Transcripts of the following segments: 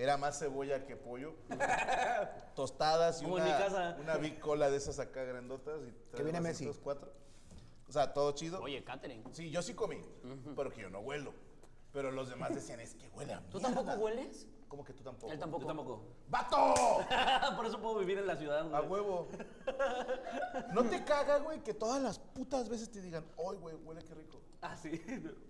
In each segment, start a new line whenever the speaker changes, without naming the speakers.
Era más cebolla que pollo. Tostadas y
Como en mi casa.
una, una bicola de esas acá grandotas. Y
Que viene
además
Messi.
estos cuatro. O sea, todo chido.
Oye, catering.
Sí, yo sí comí, pero que yo no huelo. Pero los demás decían, es que huele a
¿Tú
mierda".
tampoco hueles?
¿Cómo que tú tampoco?
Él tampoco. tampoco. Ah,
¡Vato!
Por eso puedo vivir en la ciudad, güey.
A huevo. No te caga, güey, que todas las putas veces te digan, ¡ay, güey, huele qué rico!
Ah, sí.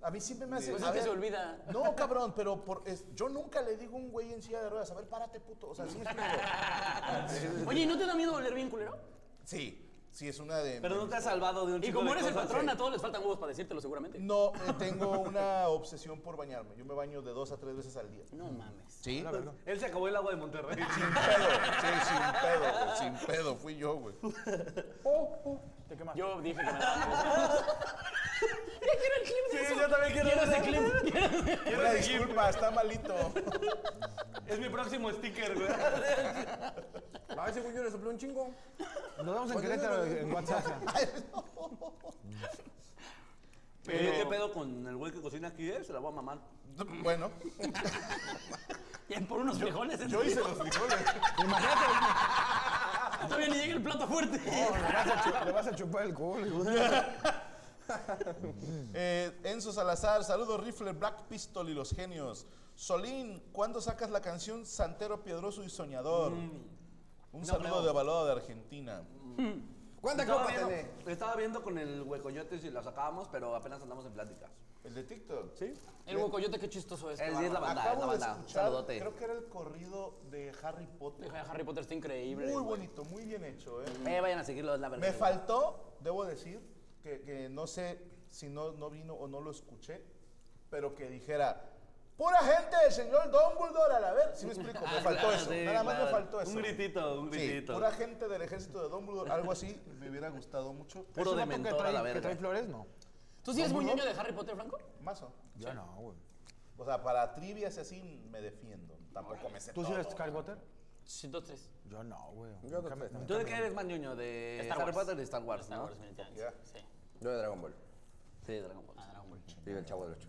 A mí siempre me hace.
Pues
a
es que
ver,
se olvida.
No, cabrón, pero por, es- yo nunca le digo a un güey en silla de ruedas, a ver, párate, puto. O sea, sí es
Oye, ¿y no te da miedo oler bien culero?
Sí, sí es una de.
Pero
de
no te
mis-
has salvado de un
Y
chingo
como
de
eres el
cosas,
patrón,
sí.
a todos les faltan huevos para decírtelo seguramente.
No, eh, tengo una obsesión por bañarme. Yo me baño de dos a tres veces al día.
No mames.
¿Sí?
Él se acabó el agua de Monterrey.
Sin pedo, sí, sin pedo, güey, sin pedo, fui yo, güey.
Yo dije que me daba miedo.
Sí, yo también quiero ver
¿Quién es el
ese clip.
clip?
Quiero
Una
ese clip.
disculpa, está malito.
Es mi próximo sticker, güey.
A ese güey yo le soplé un chingo. Nos vamos
Pues,
en Querétaro en WhatsApp.
Pero... ¿Qué pedo con el güey que cocina aquí? eh? Se la voy a mamar.
Bueno,
Ya por unos frijoles. en
yo
serio.
hice los frijoles.
Todavía ni llega el plato fuerte.
Le vas a chu- le vas a chupar el culo.
Eh, Enzo Salazar, saludos Rifle, Black Pistol y los genios. Solín, ¿cuándo sacas la canción Santero Piedroso y Soñador?
Mm.
Un saludo de balada de Argentina.
¿Cuánta
Estaba
copa
viendo,
tenés?
estaba viendo con el huecoyote si la sacábamos, pero apenas andamos en pláticas.
El de TikTok.
¿Sí?
El huecoyote, qué chistoso es.
Es,
Pues qué
es la banda, es la
bárbaro.
Acabo de
banda.
escuchar,
Saludote.
creo que era el corrido de Harry Potter.
Deja de Harry Potter está increíble.
Muy
güey.
bonito, muy bien hecho. ¿eh?
Eh, vayan a seguirlo, es la verdad.
Me faltó, debo decir, que, que no sé si no, no vino o no lo escuché, pero que dijera, pura gente del señor Dumbledore, a la ver, si me explico, me
Ah,
faltó
claro,
eso,
sí,
nada más me
claro.
faltó
Un
eso.
gritito, un gritito.
Sí, pura gente del ejército de Dumbledore, algo así, me hubiera gustado mucho.
Puro de
¿Que
mentor a la
trae, que trae
verga.
flores? No.
¿Tú sí eres muy ñoño de Harry Potter, Franco?
Mazo.
Yo no, güey.
O sea, para trivias y así me defiendo, tampoco me sé
¿Tú sí
todo.
eres Harry Potter?
Sí, dos, tres.
Yo no, güey. Nunca me-
¿Tú de qué eres más ñoño? ¿De
Star
Harry
Wars.
Potter y Star Wars,
Star
no?
Wars, definitivamente. Ah,
Ya.
Sí.
Yo de Dragon Ball.
Sí, Dragon Ball.
Sí, el chavo del ocho.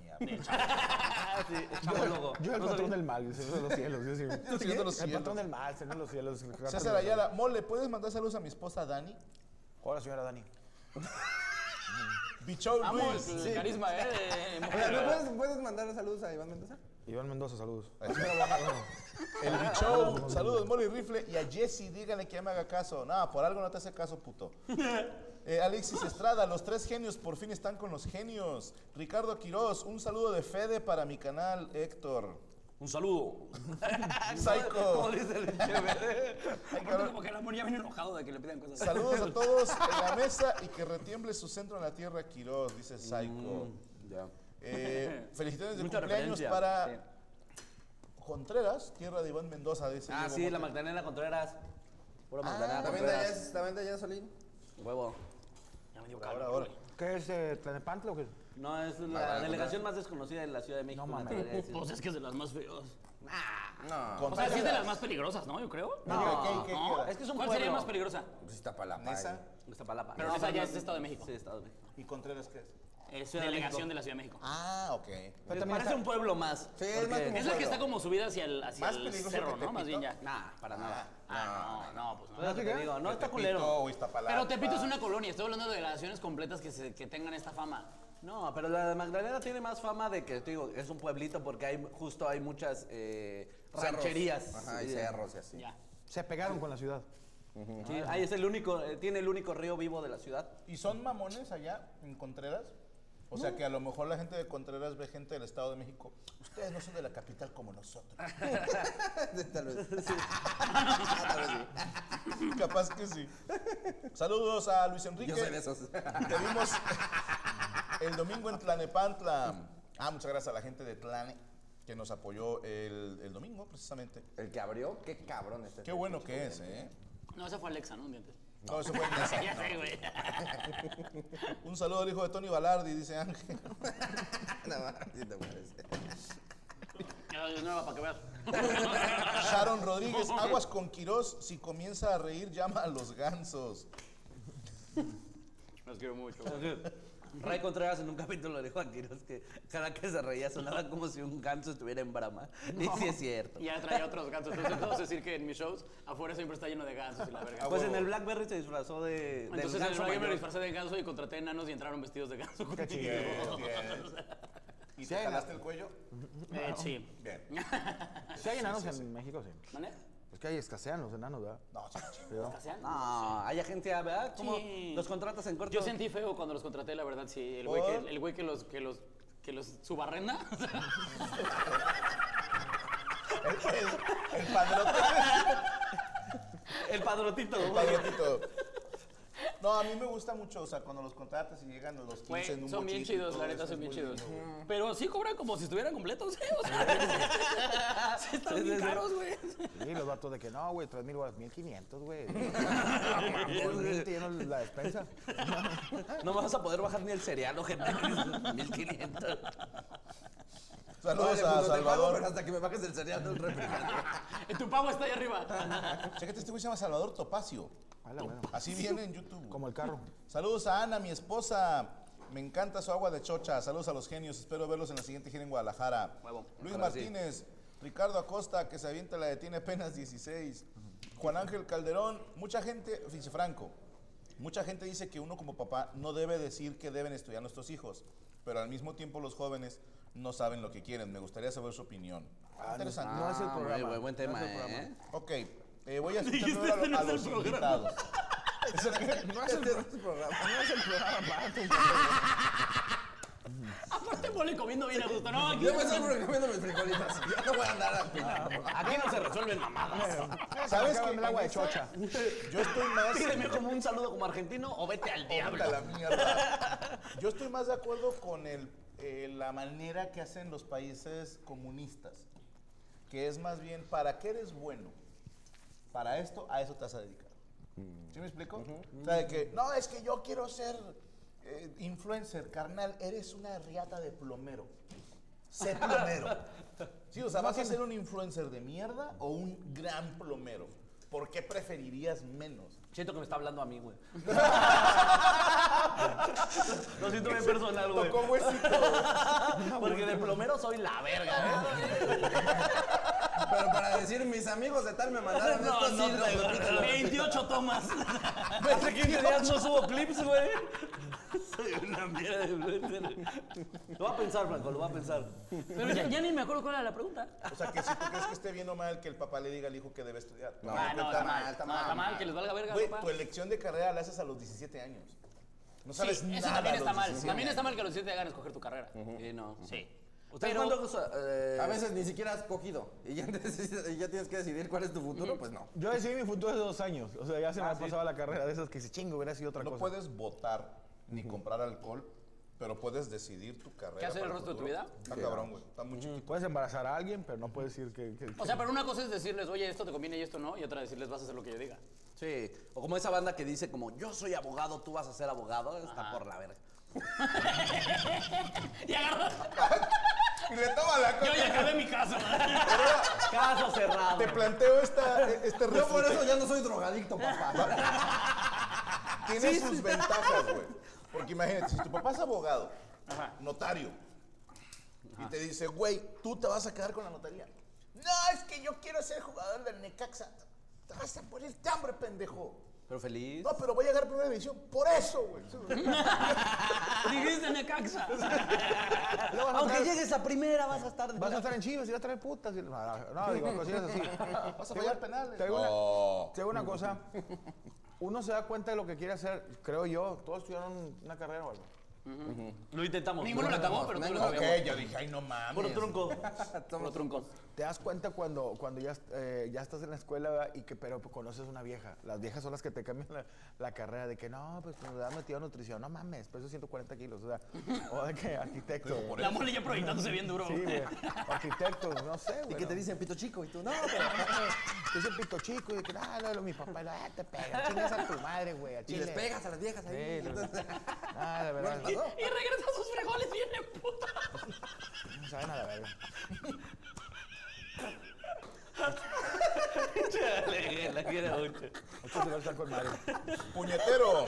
Ah, sí, chamólogo.
Yo el
No
patrón
sabía.
del mal, el señor de los cielos. Yo sí.
El señor de los
El
cielos.
patrón del mal, el señor de los cielos. el gato
César
de los-
Ayala, mole, ¿puedes mandar saludos a mi esposa Dani?
Hola, señora Dani.
Bichou
Amo el
Luis.
el carisma, ¿eh? de mujer.
¿Me puedes, puedes mandar saludos a Iván Mendoza?
Iván Mendoza, saludos.
El bichou, saludos, Molly Rifle. Y a Jesse, díganle que ya me haga caso. No, por algo no te hace caso, puto. Eh, Alexis Estrada, los tres genios por fin están con los genios. Ricardo Quiroz, un saludo de Fede para mi canal, Héctor.
Un saludo.
Psycho.
¿Cómo dice el chévere?
Aparte, como que el amor ya viene enojado de que le pidan cosas.
Saludos a todos en la mesa y que retiemble su centro en la tierra, Quiroz, dice Psycho.
Mm, Ya.
Eh, felicitaciones de
Mucha
cumpleaños
referencia,
para
sí. Ah,
Contreras, tierra de Iván Mendoza, dice.
Ah,
Diego
sí, la
Montes.
Magdalena Contreras. Pura Magdalena
¿También de allá,
Contreras.
es- también de allá, Solín?
Huevo.
Ya me dio
Ahora,
calor.
ahora.
güey.
¿Qué es eh, Tlanepantla o qué?
No, es la delegación más desconocida de la Ciudad de México.
No
me
mames.
atrevería a decir.
Pues es que es de las más feos.
Ah,
No.
Con
O sea, sí es de
varias-
las más peligrosas, ¿no? Yo creo.
¿Qué- qué- qué
No,
queda?
Es que es un
¿Cuál sería la
pueblo.
más peligrosa?
Pues está para la
Nesa.
Iztapalapa.
Pero esa ya es Estado de México.
Sí, Estado de México.
¿Y Contreras qué es?
Es
Ciudad de México.
delegación de la Ciudad de México.
Ah, ok.
Pero parece un pueblo más.
Sí, es más
porque-
como
Es la que está como subida hacia el, hacia
Más
el
peligroso
cerro,
que
¿no? Más bien ya.
Nah, para nada.
Ah, no, no, pues
Pues es
no.
lo que te digo, no está
Tepito
culero.
o Iztapalapa.
Pero Tepito es una colonia, estoy hablando de delegaciones completas que, se- que tengan esta fama.
No, pero la de Magdalena tiene más fama de que, te digo, es un pueblito porque hay, justo hay muchas eh,
cerros.
rancherías.
Ajá, y
Sí,
cerros y así.
Ya.
Se pegaron con la ciudad.
Sí, ahí es el único, eh, tiene el único río vivo de la ciudad.
¿Y son mamones allá en Contreras? O sea que a lo mejor la gente de Contreras ve gente del Estado de México. Ustedes no son de la capital como nosotros.
Tal vez. Tal vez sí.
Capaz que sí. Saludos a Luis Enrique.
Yo soy de esos.
Te vimos el domingo en Tlanepantla. Ah, muchas gracias a la gente de Tlane que nos apoyó el, el domingo, precisamente.
El que abrió, qué cabrón este.
Qué bueno que es, ¿eh?
No, esa fue Alexa, ¿no? Un día antes.
No, eso fue en esa.
Ya sé, güey.
Un saludo al hijo de Tony Balardi, dice Ángel.
Nada más, sí te parece.
No, es nueva para que veas.
Sharon Rodríguez, aguas con Quirós. Si comienza a reír, llama a los gansos.
Los quiero mucho.
Ray Contreras en un capítulo le dijo a Quiroz que cada que se reía sonaba como si un ganso estuviera en brama. Y sí es cierto.
Y ya traía otros gansos. Entonces, puedo decir que en mis shows afuera siempre está lleno de gansos y la verga.
Pues en el Blackberry se disfrazó de.
Entonces,
del
en el
ganso
Blackberry me
mayor.
disfrazé de ganso y contraté enanos y entraron vestidos de ganso. conmigo.
¿Y te jalaste el cuello?
Eh, sí.
Bien.
Si hay enanos en México, sí.
¿Vale?
Es que hay escasean los enanos, ¿verdad?
No, sí, sí.
¿Escasean?
No, hay agencia, ¿verdad? Como
Sí.
los contratas en corto.
Yo sentí feo cuando los contraté, la verdad, sí. El güey que,
¿Por?
el güey que los que los que los subarrenda.
El, el padrote.
El padrotito.
El padrotito. No, a mí me gusta mucho, o sea, cuando los contratas y llegan los 15
Güey,
en un
son bien
bochito y
chidos,
todo eso,
la neta
es
son bien
muy
chidos.
lindo, güey.
Pero sí cobran como si estuvieran completos, ¿eh? O sea, sí están bien caros, güey.
Sí, los vatos de que no, güey, 3.000 bolas, 1.500, güey. Por mil te lleno la despensa.
No vas a poder bajar ni el cereal, ojete. 1500.
Saludos
pues,
Vale,
a
puto, te pago,
Salvador.
pero hasta que me bajes el cereal del refrigerador.
Tu pavo está ahí
Ah,
arriba.
Chécate, este güey se llama Salvador Topacio.
Hala, bueno.
Así viene en YouTube. güey.
Como el carro.
Saludos a Ana, mi esposa. Me encanta su agua de chocha. Saludos a los genios. Espero verlos en la siguiente gira en Guadalajara.
Huevo.
Luis
Ahora sí.
Martínez, Ricardo Acosta, que se avienta la detiene apenas 16. Juan Ángel Calderón, mucha gente, fíjese Franco, mucha gente dice que uno como papá no debe decir que deben estudiar nuestros hijos, pero al mismo tiempo los jóvenes no saben lo que quieren. Me gustaría saber su opinión. Interesante.
No es el
Ah,
programa.
güey, buen tema,
No es el programa.
¿eh?
Ok, eh, voy a escuchar primero a, lo- a los invitados. Eso que-
No es el programa. No es el
Aparte mole comiendo bien a gusto. No, aquí
Yo me estoy comiendo mis frijolitos. Ya no voy a andar a pinar.
Aquí no se resuelven mamadas.
¿Sabes
Acábame
que
el agua de
con
chocha.
Yo estoy más.
Pídeme como un saludo como argentino o vete al diablo.
Puta la mierda. Yo estoy más de acuerdo con el, eh, la manera que hacen los países comunistas, que es más bien, ¿para qué eres bueno? Para esto, a eso te vas a dedicar. ¿Sí me explico? O sea, de que, no, es que yo quiero ser eh, influencer, carnal, eres una riata de plomero. Sé plomero. Sí, o sea, ¿vas a ser un influencer de mierda o un gran plomero? ¿Por qué preferirías menos?
Siento que me está hablando a mí, güey. Lo siento bien personal, güey.
Tocó huesito.
Porque de plomero soy la verga, ¿eh?
Pero para decir, mis amigos de tal me mandaron
No,
esto,
no,
sí, lo- lo-
no,
lo-
28 tomas.
Hace 15 días no subo clips, güey. Soy una mierda de influencer. Lo va a pensar, Blanco, lo va a pensar.
Pero ya, ya ni me acuerdo cuál era la pregunta.
O sea, que si tú crees que esté bien o mal que el papá le diga al hijo que debe estudiar.
No,
ah, no,
está
está
mal,
mal,
está
no, está
mal.
mal, que les valga verga,
Güey,
papá.
tu elección de carrera la haces a los 17 años. No
Sí,
sabes
eso
nada.
también
a
está
los
mal.
17
También
años.
está mal que a los 7 hagan escoger tu carrera.
Sí, no.
Sí.
¿Ustedes
Pero-
cuándo, usa- eh,
A veces ni siquiera has cogido. Y ya, decides- y ya tienes que decidir cuál es tu futuro, pues no.
Yo decidí mi futuro hace dos años. O sea, ya se me ha pasado la carrera de esas que se chingo, hubiera sido otra
No
cosa.
puedes votar ni comprar alcohol, pero puedes decidir tu carrera.
¿Qué hacer el
para
resto de tu
futuro.
vida?
Está cabrón, güey. Está muy chiquito.
Puedes embarazar a alguien, pero no puedes decir que. que-
O sea, pero una cosa es decirles, oye, esto te conviene y esto no, y otra decirles, vas a hacer lo que yo diga.
Sí, o como esa banda que dice como yo soy abogado, tú vas a ser abogado, está por la verga.
Y agarra.
Y le toma la
Yo
coca.
ya acabé mi caso.
Caso cerrado.
Te planteo esta, e- este
Yo por
refute.
eso ya no soy drogadicto, papá.
Tiene sus ventajas, güey. Porque imagínate, si tu papá es abogado, notario, y te dice, güey, tú te vas a quedar con la notaría. No, es que yo quiero ser jugador del Necaxa. Te vas a poner hambre, pendejo.
Pero feliz.
No, pero voy a llegar a primera división. Por eso, güey.
Dijiste Necaxa.
Aunque llegues a primera, vas a estar.
Vas a estar en chivas y vas a traer putas. y- No, no, no, digo, cosillas así.
Vas a fallar penales.
Te digo una-
No.
te digo una cosa. Uno se da cuenta de lo que quiere hacer, creo yo. Todos estudiaron una carrera o algo.
Lo intentamos.
Ninguno la acabó, pero todos la
Ok,
acabamos.
yo dije, ay, no mames.
Puro trunco.
Puro truncón.
Te das cuenta cuando, cuando ya, eh, ya estás en la escuela ¿verdad? y que pero conoces una vieja. Las viejas son las que te cambian la, la carrera de que no, pues nos has metido a nutrición, no mames, peso 140 kilos, o sea, o de que arquitecto. güey.
La mole ya proyectándose bien duro.
Sí, güey. Arquitecto, no sé, güey.
Y que te
¿no?
dicen pito chico y tú, no,
"Ah, Yo soy pito chico y de que no, no, no, mi papá, no, ah, te pega, chingas a tu madre, güey, al
Y
chile.
les pegas a las viejas ahí.
Sí, no, no. Ah, de verdad,
¿Pasó?
Y regresa sus frijoles bien en puta.
no saben a la verga.
Chale, la quiero mucho.
Estos se están con madre.
Puñetero.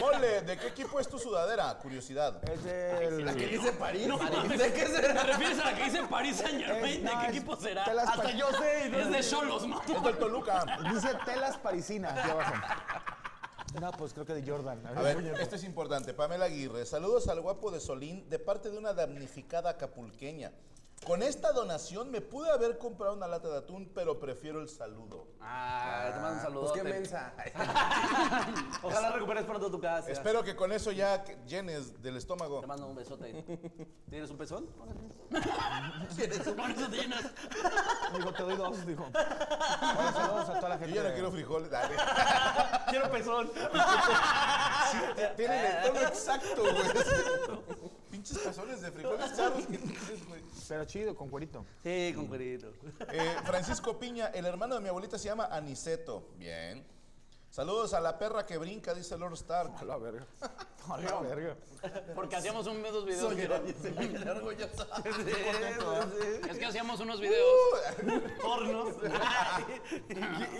Mole, ¿de qué equipo es tu sudadera? Curiosidad.
Es el...
¿Qué dice París?
No,
París, ¿De qué
¿Te
será?
refieres a la que dice Paris Saint Germain?
Es
¿De qué
más,
equipo será?
te las
Hasta
pa-
yo sé. Es de Cholos,
Es
mato.
del Toluca.
Dice telas parisinas aquí abajo. No, pues creo que de Jordan. este,
A ver, esto es importante. Pamela Aguirre, saludos al guapo de Solín de parte de una damnificada acapulqueña. Con esta donación me pude haber comprado una lata de atún, pero prefiero el saludo.
Ah, te mando un Pues, saludo.
Pues qué mensa.
Ojalá recuperes pronto tu casa.
Espero que con eso ya que- llenes del estómago.
Te mando un besote. ¿Tienes un pezón?
Con eso te llenas.
Digo, te doy dos, dijo. Bueno, saludos a toda la
Yo
gente.
ya no quiero frijoles. Dale.
Quiero pezón.
Tienen el tono exacto, güey. Pinches pezones de frijoles charros que tienes, güey.
Pero chido, con cuerito.
Sí, con cuerito.
Eh, Francisco Piña, el hermano de mi abuelita se llama Aniceto. Bien. Saludos a la perra que brinca, dice Lord Stark.
A la verga. A la verga.
Porque hacíamos un, unos videos. que- es que hacíamos unos videos.
Pornos.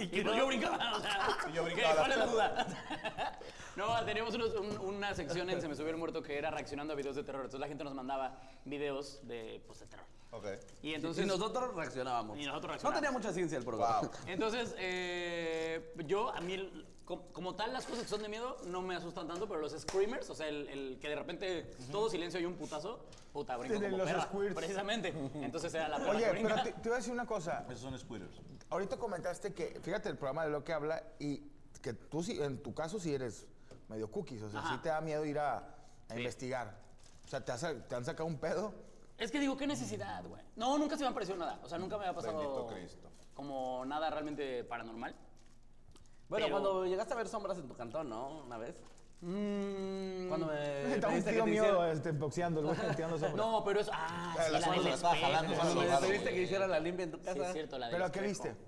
y que yo brincaba. O sea,
Y yo brincaba,
¿qué? ¿Cuál es la
pero-
duda? No, teníamos unos- un- una sección en Se me subió el muerto que era reaccionando a videos de terror. Entonces la gente nos mandaba videos de, pues, de terror.
Ok.
Y
Y
entonces,
nosotros reaccionábamos.
Y nosotros
No
reaccionábamos.
tenía mucha ciencia el programa.
Wow.
entonces eh, yo, a mí, el- com- como, tal, las cosas que son de miedo no me asustan tanto, pero los screamers, o sea, el, el que de repente todo silencio y un putazo, puta, brinco
Sí, de
como
los
perra,
squirts.
Precisamente. Entonces era la perra
Oye,
que
pero
brinca.
te, te voy a decir una cosa.
Esos son squitters.
Ahorita comentaste que, fíjate el programa de lo que habla y que tú sí, en tu caso sí eres medio cookies, o sea, sí te da miedo ir a, a investigar. O sea, te, has- te han sacado un pedo.
Es que digo, qué necesidad, güey. No, nunca se me ha parecido nada. O sea, nunca me ha pasado
Bendito Cristo.
como nada realmente paranormal.
Bueno,
Pero-
cuando llegaste a ver sombras en tu cantón, ¿no? Una vez.
Mm,
Cuando me.
Está un
pediste Eh, que
tío
te
mío
hiciera-
este, boxeando, el güey, tirando sombra.
No, pero es. Ah,
Ah,
sí,
la
la,
sombra
del
la estaba
espejo.
jalando,
Sí,
Cuando me
Salvado,
pediste
güey.
que hiciera la limpia en tu
Sí, es
casa.
cierto, la del
¿Pero qué
espejo.
viste?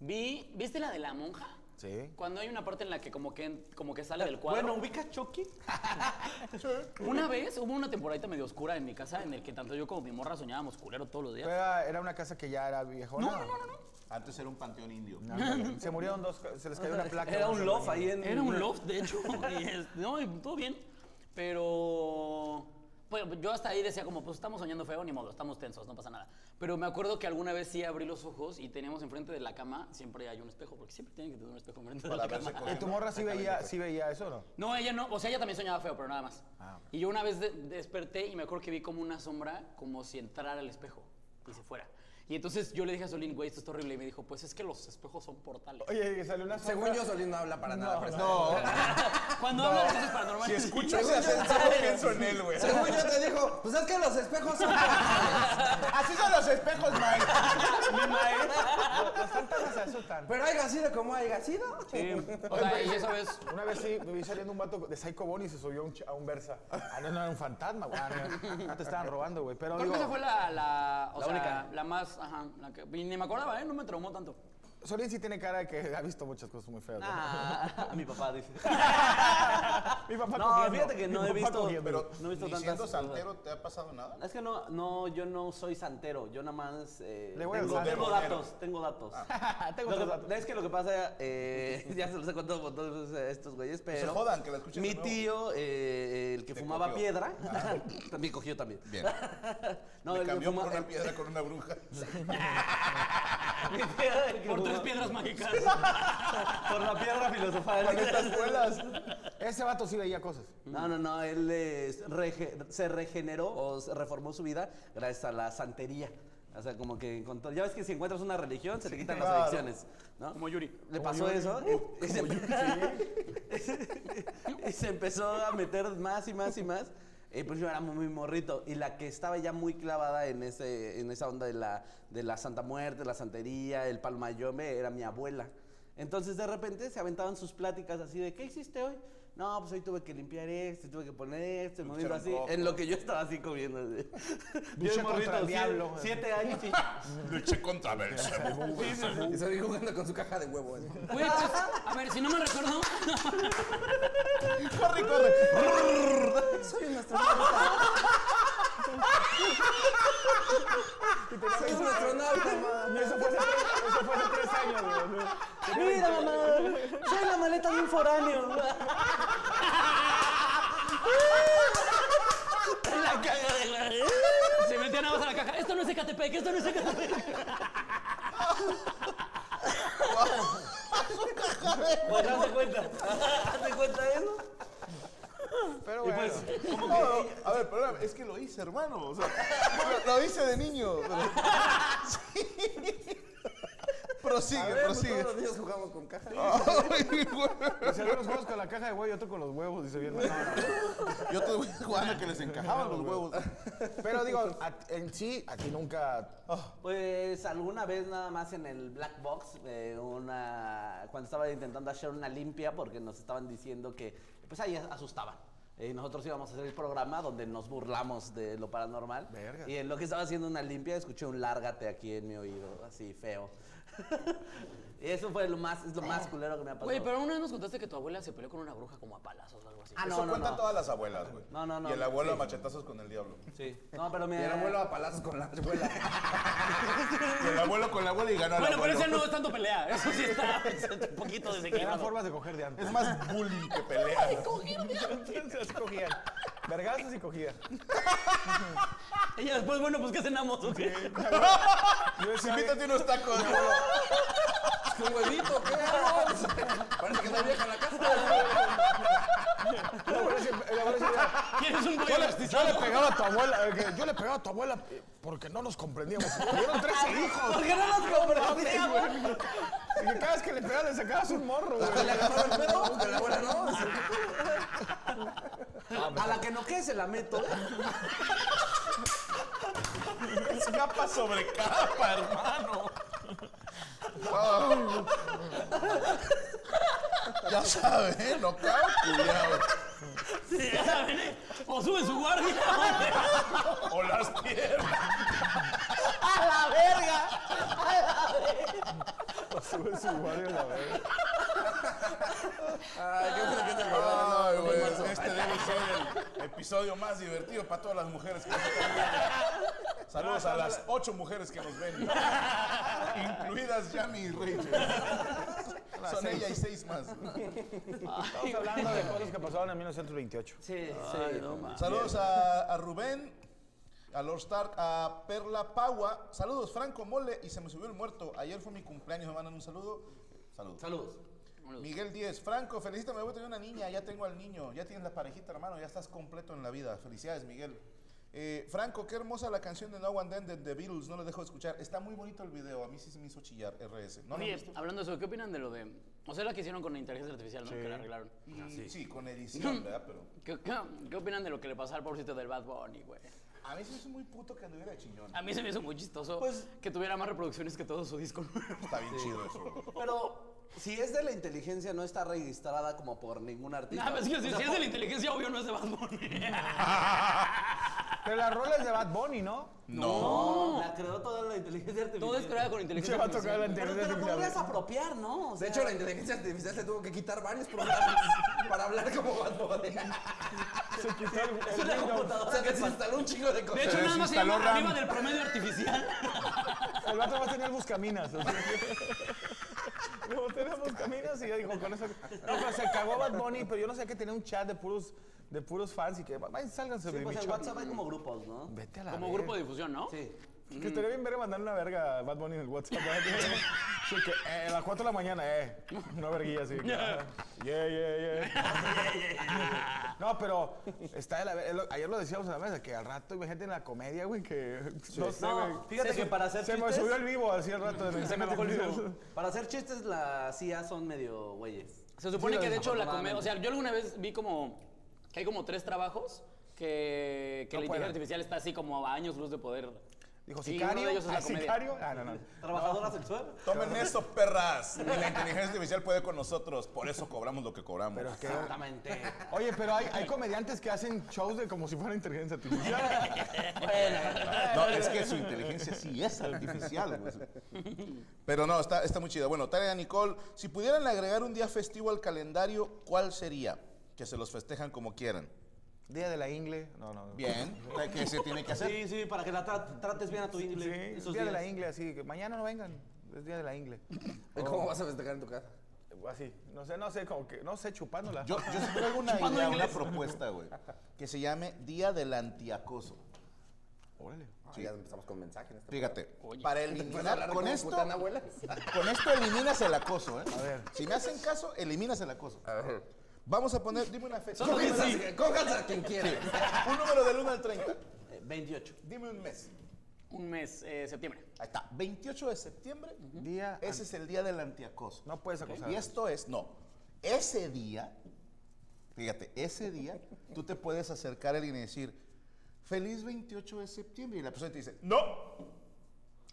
Vi, ¿Viste la de la monja?
Sí.
Cuando hay una parte en la que como que, como que sale del cuadro.
Bueno, ubica Chucky.
una vez hubo una temporadita medio oscura en mi casa en el que tanto yo como mi morra soñábamos culero todos los días.
Pero Era, era una casa que ya era viejona.
no, no, no, no, no.
Antes era un panteón indio.
Ándale. Se murieron dos, se les cayó una placa.
Era
güey,
un
se
loft ahí
murieron.
en.
Era un loft, de hecho. y es- no, y todo bien. Pero. Pues yo hasta ahí decía, como, pues estamos soñando feo, ni modo, estamos tensos, no pasa nada. Pero me acuerdo que alguna vez sí abrí los ojos y teníamos enfrente de la cama, siempre hay un espejo, porque siempre tienen que tener un espejo enfrente de
Para
la
verse
cama.
cogiendo.
¿Y tu morra sí veía, sí veía eso o no?
No, ella no, o sea, ella también soñaba feo, pero nada más. Y yo una vez de- desperté y me acuerdo que vi como una sombra, como si entrara al espejo y se fuera. Y entonces yo le dije a Solín, güey, esto está horrible. Y me dijo, pues es que los espejos son portales.
Oye, que salió una
Según yo, Solín no habla para nada. pero-
Cuando hablan de cosas paranormales.
Escucho ese ascensor, pienso en él, güey.
Según yo te dijo, pues es que los espejos son.
Así son los espejos, Mike.
Los fantasmas se asustan.
Pero hay sido como hay sido.
O sea, y esa vez
Una vez sí, me vi saliendo un vato de Psycho Bonnie y se subió a un, ch- a un Versa. Ah, no, no, era un fantasma, güey. Ah, no, no te estaban robando, güey. Pero
Creo que
digo,
esa fue la, la, o
La
sea,
única.
la más, ajá, la que, y ni me acordaba, ¿eh? No me traumó tanto.
Solín sí tiene cara de que ha visto muchas cosas muy feas. ¿no?
Ah, a mi papá dice.
Mi papá
No,
cogiendo,
fíjate que no
mi
he
papá
visto-
cogiendo.
Pero
No he visto
ni
tantas
siendo
cosas.
santero te ha pasado nada.
Es que no, no, yo no soy santero, yo nada más eh,
Le voy al
tengo,
santero.
tengo datos, tengo datos.
Tengo
Lo
otros
que-
datos.
Es que lo que pasa, eh, ya se los he contado un montón de veces a estos güeyes, pero
jodan, que la escuchen
mi
de nuevo.
tío, eh, el que
Te
fumaba
cogió.
piedra, también cogió también.
Bien.
No,
Me
el que
cambió por
fuma-
una piedra con una bruja.
Mi tío, el que
Por tres
fuma-
piedras mágicas.
por la piedra filosofal.
Ese vato sí veía cosas.
No, no, no, él eh, rege- se regeneró o se reformó su vida gracias a la santería. O sea, como que encontró. Ya ves que si encuentras una religión, se te quitan
claro.
las adicciones. ¿no?
Como Yuri.
Le pasó eso. y- y se- y se empezó a meter más y más y más. Y pues yo era muy morrito. Y la que estaba ya muy clavada en, ese, en esa onda de la, de la Santa Muerte, la santería, el palmayome, era mi abuela. Entonces de repente se aventaban sus pláticas así de, ¿qué hiciste hoy? No, pues hoy tuve que limpiar esto, tuve que poner esto, moviendo así,
coco.
en lo que yo estaba así comiendo. así. Yo
Luché
de
contra el
morrito,
diablo.
siete, siete años y...
Luché contra Belcebú.
Y se ve jugando con su caja de huevo. así.
Güey, pues, a ver, si no me recuerdo,
corre, corre.
Soy un astronauta. Soy un astronauta.
Y eso fue hace tres, eso fue hace tres años, güey.
Mira, mamá, soy la maleta de un foráneo.
la caga de la... Se metía nada más a la caja. Esto no es Ecatepec, esto no es Ecatepec.
Pues hazte cuenta, hazte cuenta de eso.
Pero bueno.
No, no, a ver, perdóname, es que lo hice, hermano. O sea, lo, lo hice de niño. pero- Sí.
A
Prosigue,
ver, pues,
prosigue.
todos los días jugamos con caja.
Ay, güey.
Si algunos juegos con la caja de huevo y otro con los huevos, dice bien. No, no, no.
Yo te voy jugando que les encajaban los huevos.
Pero digo, a- en sí, a ti nunca.
Pues alguna vez nada más en el Black Box, eh, una, cuando estaba intentando hacer una limpia porque nos estaban diciendo que pues ahí asustaban. Y nosotros íbamos a hacer el programa donde nos burlamos de lo paranormal.
Verga.
Y en lo que estaba haciendo una limpia escuché un lárgate aquí en mi oído, así feo. y eso fue lo más, es lo más culero que me ha pasado.
Güey, pero una vez nos contaste que tu abuela se peleó con una bruja como a palazos o algo así.
Ah,
Eso
no, no,
cuentan
no.
todas las abuelas, güey.
No, no, no,
Y el
no,
abuelo
sí.
a machetazos con el diablo.
Sí. No, pero mi
Y el abuelo a palazos con la abuela.
Y el abuelo con la abuela y ganó el
Bueno, pero
abuelo.
ese no es tanto pelea. Eso sí está un poquito
Eran
desequilibrado.
formas de coger de antes.
Es más bullying que pelea.
Entonces cogían. Vergazos y cogían.
Ella después, bueno, pues ¿qué cenamos? o qué?
Yo
Si
decía,
invítate unos tacos.
¿Es un huevito? ¿Qué? No, Parece que está vieja en la casa.
el abuelo siempre- el abuelo siempre decía,
¿Quieres un
yo
pollo
le, yo le pegaba a tu abuela, eh, que yo le pegaba a tu abuela eh, porque no nos comprendíamos. Tuvieron 13 hijos.
¿Por qué no nos comprendíamos?
Y que cada vez que le pegabas le sacabas un morro, güey.
¿Le agarraba el pedo? ¿De la abuela no? Sí.
A la que no quede se la meto.
Es capa sobre capa, hermano. Ah. Ya sabes, ¿eh? no cao, culiao.
Sí, ya saben, ¿eh? O sube su guardia.
O las piernas.
Sube su guardia a la verga.
Ay, qué bueno que te acordaron.
Ay, güey, este debe ser el episodio más divertido para todas las mujeres que nos están viendo. Saludos a las ocho mujeres que nos ven. Incluidas Yami y Rachel. Son ella y seis más.
Estamos hablando de cosas que pasaron en 1928.
Sí, sí. no mames.
Saludos a, a Rubén, a Lord Stark, a Perla Paua. Saludos, Franco Mole. Y se me subió el muerto. Ayer fue mi cumpleaños. Me mandan un saludo. Saludos.
Saludos.
Miguel Díez, Franco, felicítame, voy a tener una niña, ya tengo al niño, ya tienes la parejita, hermano, ya estás completo en la vida. Felicidades, Miguel. Eh, Franco, qué hermosa la canción de No One Then de The Beatles, no la dejo de escuchar. Está muy bonito el video, a mí sí se me hizo chillar, RS. ¿No lo
Oye,
han visto?
hablando de eso, ¿qué opinan de lo de. O sea, la que hicieron con la inteligencia artificial, ¿no? Que la arreglaron.
Y- sí. con edición, ¿verdad? Pero
¿Qué, qué- qué opinan de lo que le pasó al pobrecito del Bad Bunny, güey?
a mí se me hizo muy puto que anduviera de chillón.
A mí se me hizo muy chistoso que tuviera más reproducciones que todo su disco nuevo.
Está bien chido eso.
Pero si es de la inteligencia, no está registrada como por ningún artista.
Nada, es que si,
O sea,
si es de
po-
la inteligencia, obvio no es de Bad Bunny.
Pero las rolas de Bad Bunny, ¿no?
No. La creó toda la inteligencia artificial.
Todo es creado con inteligencia
Se va a tocar
artificial.
la
Pero te lo
inteligencia
podrías
artificial.
apropiar, ¿no? O
De
sea,
hecho, la inteligencia artificial se tuvo que quitar varios programas para hablar como Bad Bunny.
Se quitó el-
es
el
una
Windows.
O
computadora
sea,
que
que se instaló un chingo de
De
cosas.
hecho,
Se
nada más se
desinstaló
llama
RAM.
arriba del promedio artificial.
El vato va a tener buscaminas. o sea, Luego tenía buscaminas y yo digo, con eso. No, pero se cagó Bad Bunny, pero yo no sé qué tenía un chat de puros, de puros fans y que vayan, sálganse
Sí,
de mi
pues en
chat.
WhatsApp hay como grupos, ¿no?
Vete a la
Como
verga.
grupo de difusión, ¿no?
Sí.
Que estaría bien ver mandar una verga a Bad Bunny en el WhatsApp. ¿verdad? Sí, que, eh, a las 4 de la mañana, eh. Una verguilla así. Yeah, yeah, yeah. No, pero está de la ver- es lo- Ayer lo decíamos en la mesa, que al rato hay gente en la comedia, güey, que. No sé, güey.
No, fíjate
Se
que
su-
para hacer
Se me
chistes-
subió el vivo así al rato. de-
Se me bajó el vivo.
Para hacer chistes, las CIA son medio güeyes.
Se supone
Sí,
que de
lo-
hecho la
afortunadamente.
comedia, o sea, yo alguna vez vi como que hay como tres trabajos que, que
No
la
pueden.
inteligencia artificial está así como a años luz de poder. Y
Dijo,
uno de
sicario.
ellos es
ah,
la comedia.
sicario. Ah, no, no.
¿Trabajadora sexual?
Tomen eso, perras. Ni la inteligencia artificial puede con nosotros. Por eso cobramos lo que cobramos.
Pero es que.
Exactamente.
Oye, pero hay, hay comediantes que hacen shows de como si fuera inteligencia artificial.
No, es que su inteligencia sí es artificial. güey. Pero no, está, está muy chida. Bueno, Tarea Nicole, si pudieran agregar un día festivo al calendario, ¿cuál sería? Que se los festejan como quieran.
Día de la Ingle. No, no. no.
Bien, ¿qué se tiene que hacer?
Sí, sí, para que la tra- trates bien a tu inglés.
Sí, día de la ingle, así, que mañana no vengan, es día de la ingle.
¿Y ¿Cómo vas a festejar en tu casa?
Así, no sé, no sé, como que, no sé, chupándola.
Yo, yo sí traigo una idea, una propuesta, güey, que se llame Día del Antiacoso.
Órale.
Sí. Ya empezamos con mensaje en este
Fíjate, para
¿Puedes hablar
eliminar
con
con
como
esto,
putana, abuela?
con esto eliminas el acoso, ¿eh?
A ver.
Si me hacen caso, eliminas el acoso.
A ver.
Vamos a poner, dime una fecha. Un número-
Cójanse, cójanse a quien quiera.
un número del 1 al 30.
Eh,
28.
Dime un mes.
Un mes, eh, septiembre.
Ahí está, 28 de septiembre.
Día
Ese es el día del antiacoso.
No puedes acosar.
Y esto es, no, ese día, fíjate, ese día tú te puedes acercar a alguien y decir, feliz 28 de septiembre. Y la persona te dice, no.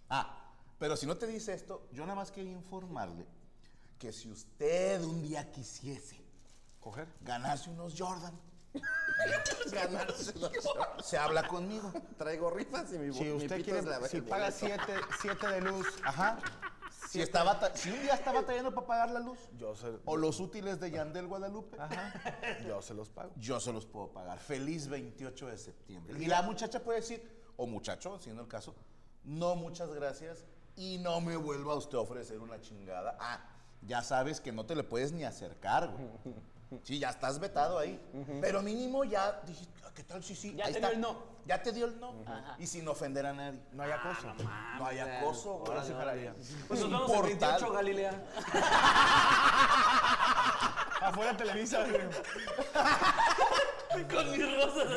Ah, pero si no te dice esto, yo nada más quería informarle que si usted un día quisiese
¿Coger?
ganarse unos Jordan, ganarse unos Jordan, se habla conmigo.
Traigo rifas y mi
Si
mi
usted
pito
quiere,
es la
si
el
paga
boleto.
7 siete, siete de luz, ajá.
Si, está bata- si un día está batallando para pagar la luz,
Yo se,
o los útiles de Yandel Guadalupe,
ajá, yo se los pago.
yo se los puedo pagar. Feliz 28 de septiembre. Y la muchacha puede decir, o muchacho, siendo el caso, no muchas gracias y no me vuelva usted a ofrecer una chingada. Ah, ya sabes que no te le puedes ni acercar, güey. Sí, ya estás vetado ahí. Pero mínimo ya dijiste, "Ah, ¿qué tal? Sí, sí.
Ya
ahí
te
está.
dio el no.
Ya te dio el no. Y sin ofender a nadie.
No hay acoso.
No hay acoso, güey.
Ahora sí jalaría.
Pues nos vemos el
Portal.
28, Galilea.
Afuera Televisa, güey.
Con mis rosas.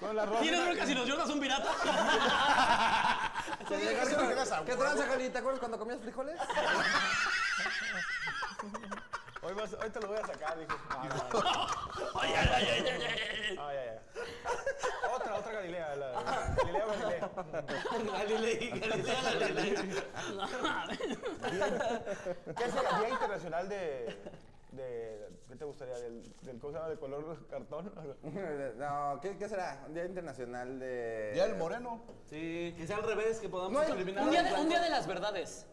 Con la ropa.
¿Tienes bronca si nos lloras un pirata?
¿Qué tranza, ¿Qué tranza, Jali? ¿Te acuerdas cuando comías frijoles?
Hoy, vas- hoy te lo voy a sacar, dijo. Ah,
Ay, ay, ay, ay, ay, ay.
ah, ya, ya. Otra, otra Galilea. La, Galilea Galilea.
Galilea, Galilea, Galilea.
No mames.
¿Qué es el Día Internacional de... de ¿Qué te gustaría? ¿Del, del, ¿Cómo se llama? ¿De color cartón?
No, ¿qué, qué será? Día Internacional de...
Ya el moreno.
Sí, que sea al revés, que podamos
No hay-
eliminar.
Un día, de,
al
un día
blanco.
de las verdades.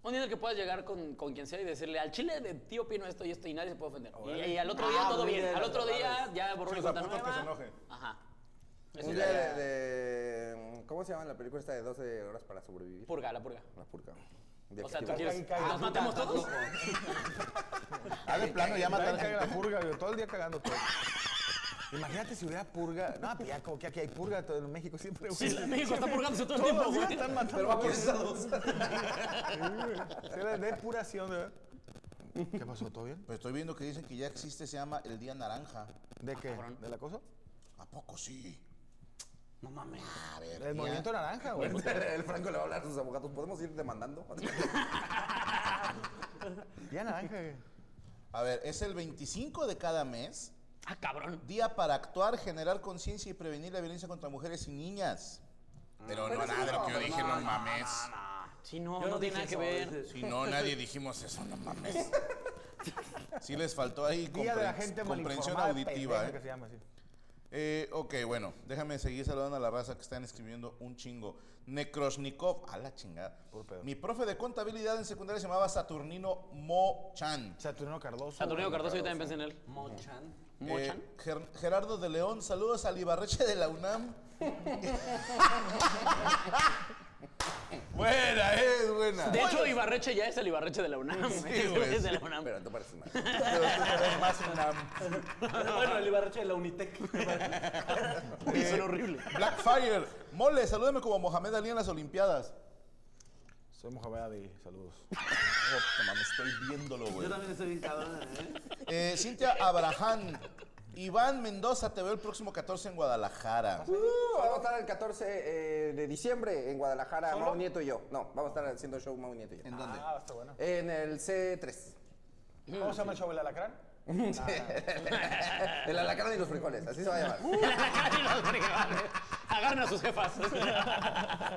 Un día en el que puedas llegar con, con quien sea y decirle al chile de tío opino esto y esto y nadie se puede ofender. Y, y al otro día
Ah,
todo
muy
bien.
bien,
Al
las
otro día
verdades.
ya borró y
los
cuenta
apuntos que se
nueva.
enojen.
Ajá. Eso
Un
ya
día
era
de, de- ¿Cómo se llama la película esta de 12 horas para sobrevivir?
Purga, la purga.
Una purga.
O sea, tú
Objetivo.
quieres.
cae,
¿Nos matemos todos?
Ah, de plano, ya
Nadie
mataron
caga la
gente.
purga, güey, todo el día cagando todo. Imagínate si hubiera purga. No, pues ya como que aquí hay purga, todo en México siempre, güey.
Sí, la- México está purgándose todo el
Todos
tiempo,
los días
güey.
están matando. a gente. Se la depuración, ¿verdad? ¿Qué pasó? ¿Todo bien?
Pero Pues estoy viendo que dicen que ya existe, se llama el Día Naranja.
¿De
Ah,
qué? ¿Del acoso?
¿A poco sí?
No mames.
A ver.
Del movimiento naranja, güey.
El Franco le va a hablar a sus abogados. ¿Podemos ir demandando?
Ya naranja, güey.
A ver, es el 25 de cada mes,
Ah, cabrón.
día para actuar, generar conciencia y prevenir la violencia contra mujeres y niñas. Pero no, nada de lo que yo dije, no, mames.
Sí, no,
Yo
no tiene nada
dije
que
eso,
ver.
dice.
Si no, nadie dijimos eso, no mames. Sí les faltó ahí
Día de la
compren-
gente
comprensión
malinformada, pendeja,
auditiva,
que
¿eh?
se llama así.
Eh, ok, bueno, déjame seguir saludando a la raza que están escribiendo un chingo. Nekroshnikov, a la chingada.
Puro pedo.
Mi profe de contabilidad en secundaria se llamaba Saturnino Mochan. Eh,
Saturnino Cardoso.
Saturnino Cardoso, yo también pensé en él.
Mochan.
Mochan.
Eh, Ger- Gerardo de León, saludos al Ibarreche de la UNAM. buena, es buena.
De hecho, Ibarreche ya es el Ibarreche de la UNAM. Ese güey es de la UNAM.
Pero no parece mal.
Pero tú eres más UNAM.
bueno, el Ibarreche de la Unitec.
Uy,
Eh,
suena horrible.
Blackfire, mole, salúdame como Mohamed Ali en las Olimpiadas.
Soy Mohamed Ali, saludos.
Oh, me estoy viéndolo, güey.
Yo también estoy cabrón, ¿eh?
Eh, Cintia Abraham. Iván Mendoza, te veo el próximo 14 en Guadalajara.
Vamos a estar el 14 eh, de diciembre en Guadalajara, Mau Nieto y yo. No, vamos a estar haciendo show Mau Nieto y yo.
¿En dónde?
Ah, está bueno.
En el C3.
¿Cómo se llama el show del alacrán?
el alacrán y los frijoles, así se va a llamar.
Agarren a sus jefas.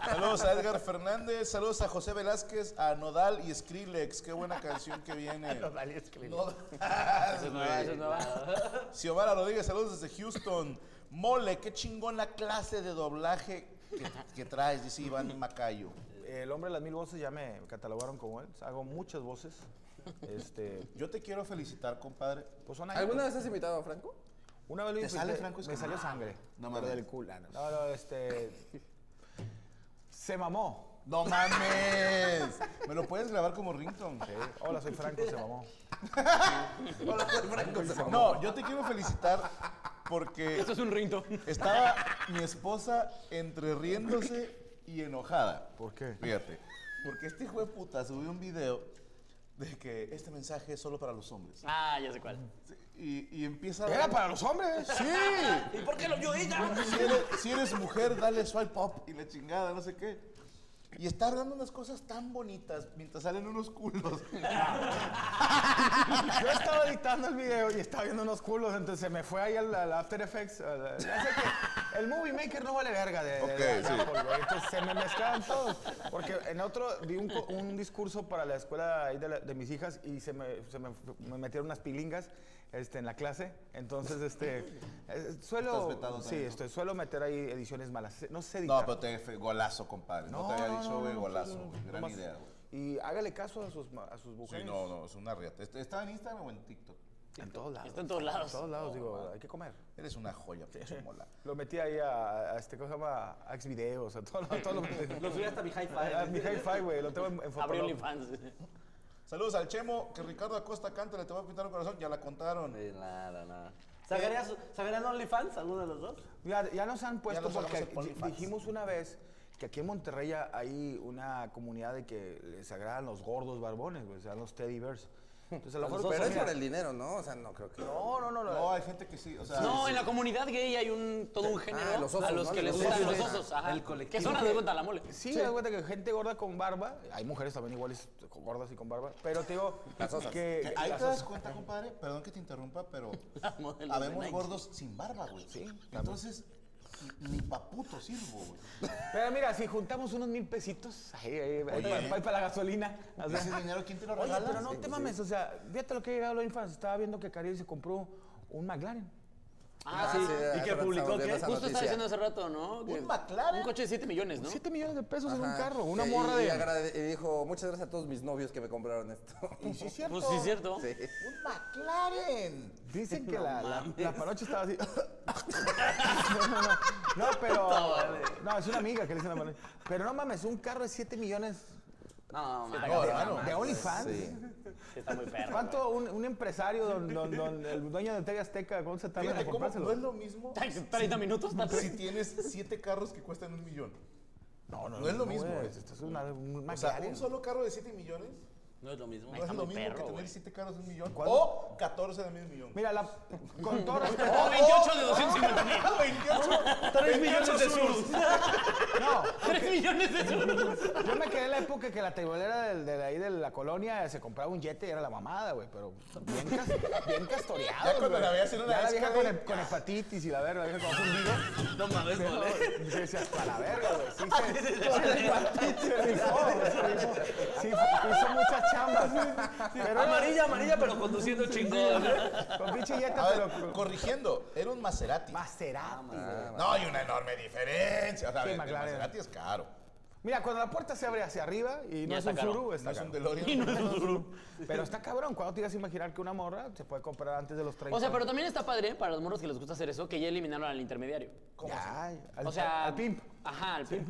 Saludos a Edgar Fernández, saludos a José Velázquez, a Nodal y Skrillex. Qué buena canción que viene. Nodal y Skrillex.
Eso es nueva.
Xiomara Rodríguez, saludos desde Houston. Mole, qué chingona clase de doblaje que, que traes, dice Iván Macayo.
El hombre de las mil voces ya me catalogaron como él. Hago muchas voces. Este,
Yo te quiero felicitar, compadre.
pues son años.
¿Alguna vez has invitado a Franco?
Una vez lo
¿Te
invité,
sale Franco
Me
Escamilla?
salió sangre.
No
pero
mames.
del culo. ah, No, no, no, este. Se mamó.
¡No mames! ¿Me lo puedes grabar como ringtone?
Sí. Hola, soy Franco, se mamó.
Hola, soy Franco. se mamó.
No, yo te quiero felicitar porque
Esto es un rinto.
estaba mi esposa entre riéndose y enojada.
¿Por qué?
Fíjate. Porque este hijo de puta subió un video de que este mensaje es solo para los hombres.
Ah, ya sé cuál.
Y, y empieza a...
Era para los hombres.
¡Sí!
¿Y por qué lo vio ella?
pues,
si eres, si eres mujer, dale swipe up y la chingada, no sé qué. Y está hablando unas cosas tan bonitas mientras salen unos culos.
Yo estaba editando el video y estaba viendo unos culos, entonces se me fue ahí al, al After Effects. al- ya sé que el Movie Maker no vale verga de, de- de
Ok, sí.
Apple, güey, Entonces se me mezclaban todos. Porque en otro di un, co- un discurso para la escuela ahí de, la- de mis hijas y se, me, se me, me metieron unas pilingas este, en la clase. Entonces, este, eh,
Estás
suelo...
vetado
Sí,
también, ¿no?
estoy, suelo meter ahí ediciones malas. No sé editar.
No, pero te fue golazo, compadre. No, te había
Oh, no,
dicho,
no,
güey,
no,
golazo.
no, no,
güey.
no,
Gran
nomás-
idea, güey.
Y hágale caso a sus, ma- a sus
Sí,
mujeres.
no, no, es una riata. Este- ¿Estaba en Instagram o en TikTok?
En todos lados.
Está en todos lados.
En todos lados, digo, hay que comer.
Eres una joya, pinche mola.
Lo metí ahí a, a este, ¿cómo se llama? A Xvideos, a todo, a todo lo metí.
Lo subí hasta mi
A, a Ah, mi
hi-fi.
hi-fi, güey, lo tengo en, en
Abrió
Fotolog.
OnlyFans.
Saludos al Chemo, que Ricardo Acosta canta, le te va a pintar un corazón. Ya la contaron.
Sí, Nada, nada. ¿Sacarías, ¿Sacarían OnlyFans alguno de los dos?
Ya, ya nos han puesto
nos hagamos
porque
el OnlyFans.
di- dijimos una vez que aquí en Monterrey ya hay una comunidad de que les agradan los gordos barbones, güey, o sea, los teddy bears. Entonces, a lo mejor...
Pero es
mira,
por el dinero, ¿no? O sea, no creo que.
No, no, no, no.
No, hay gente que sí. O sea,
No,
sí.
en la comunidad gay hay un todo un género
los osos,
a los
¿no?
que les
Los
gustan
osos,
los
ajá.
osos. Ajá.
El colectivo.
Que son a de cuenta la mole.
Sí, haz cuenta que gente gorda con barba, hay mujeres también iguales gordas y con barba, pero te digo que...
Que eh, Ahí
las
te das
osas-
cuenta, compadre, perdón que te interrumpa, pero
modelos de
habemos
Nike.
gordos sin barba, güey. Sí. Entonces, ni pa' puto sirvo, güey.
Pero mira, si juntamos unos mil pesitos, ahí, ahí, ahí
Oye.
para, ahí para la gasolina. o sea.
Ese dinero, ¿quién te lo
Oye,
regala?
pero no te mames, o sea, fíjate lo que ha llegado a los infancia. Estaba viendo que Caribe se compró un McLaren.
Ah, sí.
¿Y que publicó
Que Justo estaba diciendo hace rato, ¿no? Que-
¿Un McLaren?
Un coche de 7 millones, ¿no?
7 millones de pesos en un
Ajá.
carro, una
Y-
morra
y
de...
agrade- Y dijo, muchas gracias a todos mis novios que me compraron esto.
Y sí es cierto.
Pues sí, es cierto.
Sí.
Un McLaren.
Dicen que la, la, la panocha estaba así. no, no, no. No, pero. No, es una amiga que le dicen la panocha. Pero no mames, un carro de 7 millones
No, man.
No, hermano.
de OnlyFans.
Sí, está muy perro.
¿Cuánto un, un empresario, don, don, don- el dueño de TV Azteca, cómo se tarda
Fíjate
en
cómo
comprárselo?
no es lo mismo
30 minutos tal
si
vez.
tienes siete carros que cuestan un millón.
No,
No es lo mismo,
güey,
es-
Esto es una, un
O sea,
McLaren.
un solo carro de 7 millones
No es lo mismo.
no
está
es lo
muy
mismo
perro,
que tener
güey.
siete carros de un millón.
¿Cuándo?
O 14 de medio millón.
Mira, la, con todo respeto.
Ah,
O 28 de 250 mil.
28,
ah,
3 millones de
sur.
sus.
No.
Tres millones de euros.
Yo me quedé en la época que la tebolera del- de, ahí de la colonia se compraba un yete y era la mamada, güey, pero bien, cas, bien castoreado.
Ya cuando
güey.
la veías en una
Ya la
esca,
vieja con,
güey,
hep- con hepatitis y la verga, la vieja con fundido.
No mames, mole.
Yo decía, para la verga, güey. Sí, se, se rifó, güey, se rifó. Sí, hizo muchas chambas. Pero
Amarilla, amarilla, pero conduciendo chingón.
con pinche yete
A
te
ver,
lo...
corrigiendo, era un Maserati.
Maserati, güey.
No, hay una enorme diferencia. O sea,
Sí,
el
McLaren.
Maserati es caro.
Mira, cuando la puerta se abre hacia arriba y no
Ya
es
está
un
caro.
suru,
No
está
es un
caro.
DeLorean.
Pero está cabrón, ¿cuándo te ibas a imaginar que una morra se puede comprar antes de los 30?
O sea, pero también está padre para los morros que les gusta hacer eso, que ya eliminaron al intermediario.
Ya, al,
o sea,
al pimp.
Ajá, al pimp.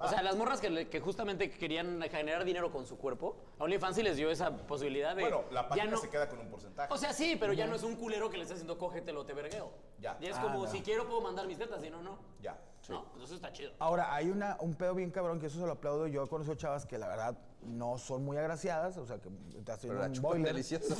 O sea, las morras que, le- que justamente querían generar dinero con su cuerpo, a OnlyFans sí les dio esa posibilidad de.
Bueno, la
ya
página
no-
se queda con un porcentaje.
O sea, sí, pero ya no es un culero que le está diciendo cógetelo, te vergueo.
Ya.
Y es
Ah,
como,
no.
si quiero puedo mandar mis tetas, si no, no.
ya.
No, pues eso está chido.
Ahora, hay una, un pedo bien cabrón, que eso se lo aplaudo. Yo he conocido chavas que la verdad no son muy agraciadas, o sea, que te hacen
Pero la
un
chupan
boiler.
delicioso.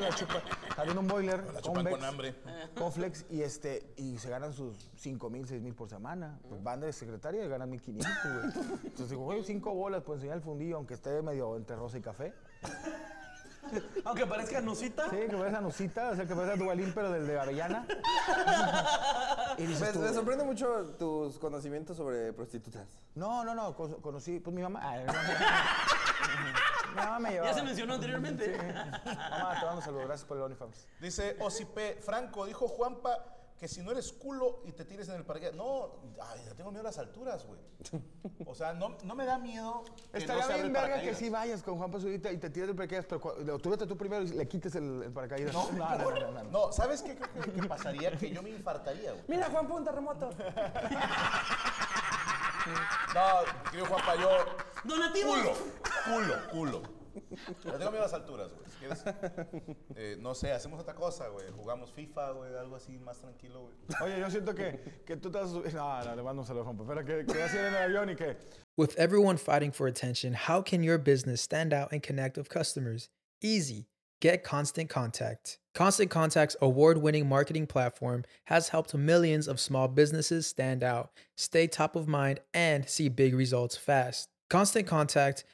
la chupan, hacen un boiler,
la chupan
convex,
con hambre.
Conflex, y, este, y se ganan sus 5 mil, 6 mil por semana. Pues van de secretaria y ganan 1500, güey. Entonces digo, güey, 5 bolas, puedo enseñar el fundillo, aunque esté medio entre rosa y café.
Aunque parezca nusita.
Sí, que parece Nusita, o sea, que parece Dualín, pero del de Avellana. y
Pues,
dices
Me,
tú,
me sorprende mucho tus conocimientos sobre prostitutas.
No, no, no, con- conocí, pues mi mamá. ah, no, no. mi mamá me llevaba.
Ya se mencionó anteriormente.
Mamá, te mando saludos, gracias por el OnlyFans.
Dice Osi P. Franco, dijo Juanpa que si no eres culo y te tires en el parque. No, ay, ya tengo miedo a las alturas, güey. O sea, no, no me da miedo. que no se
Estaría
abra
bien
el
verga que
paracaídas.
sí vayas con Juan Pazurita y te tires del paracaídas, pero cua- lo- tú vete tú primero y le quites el, el paracaídas. No, no, no, no, no, no.
No, ¿sabes qué creo que, que pasaría? Que yo me infartaría, güey.
Mira, Juan, un terremoto.
No, querido Juanpa, yo.
¡Donativos!
Culo, culo, culo. Le tengo miedo a las alturas, güey. Si quieres, eh, no sé, hacemos otra cosa, güey. Jugamos FIFA, güey, algo así más tranquilo, güey.
Oye, yo siento que, que tú te vas a subir. No, no, le mando un saludo a Juan Pazurita, pero que, que vas a ir en el avión y que.
With everyone fighting for attention, how can your business stand out and connect with customers? Easy. Get Constant Contact. Constant Contact's award winning marketing platform has helped millions of small businesses stand out, stay top of mind, and see big results fast. Constant Contact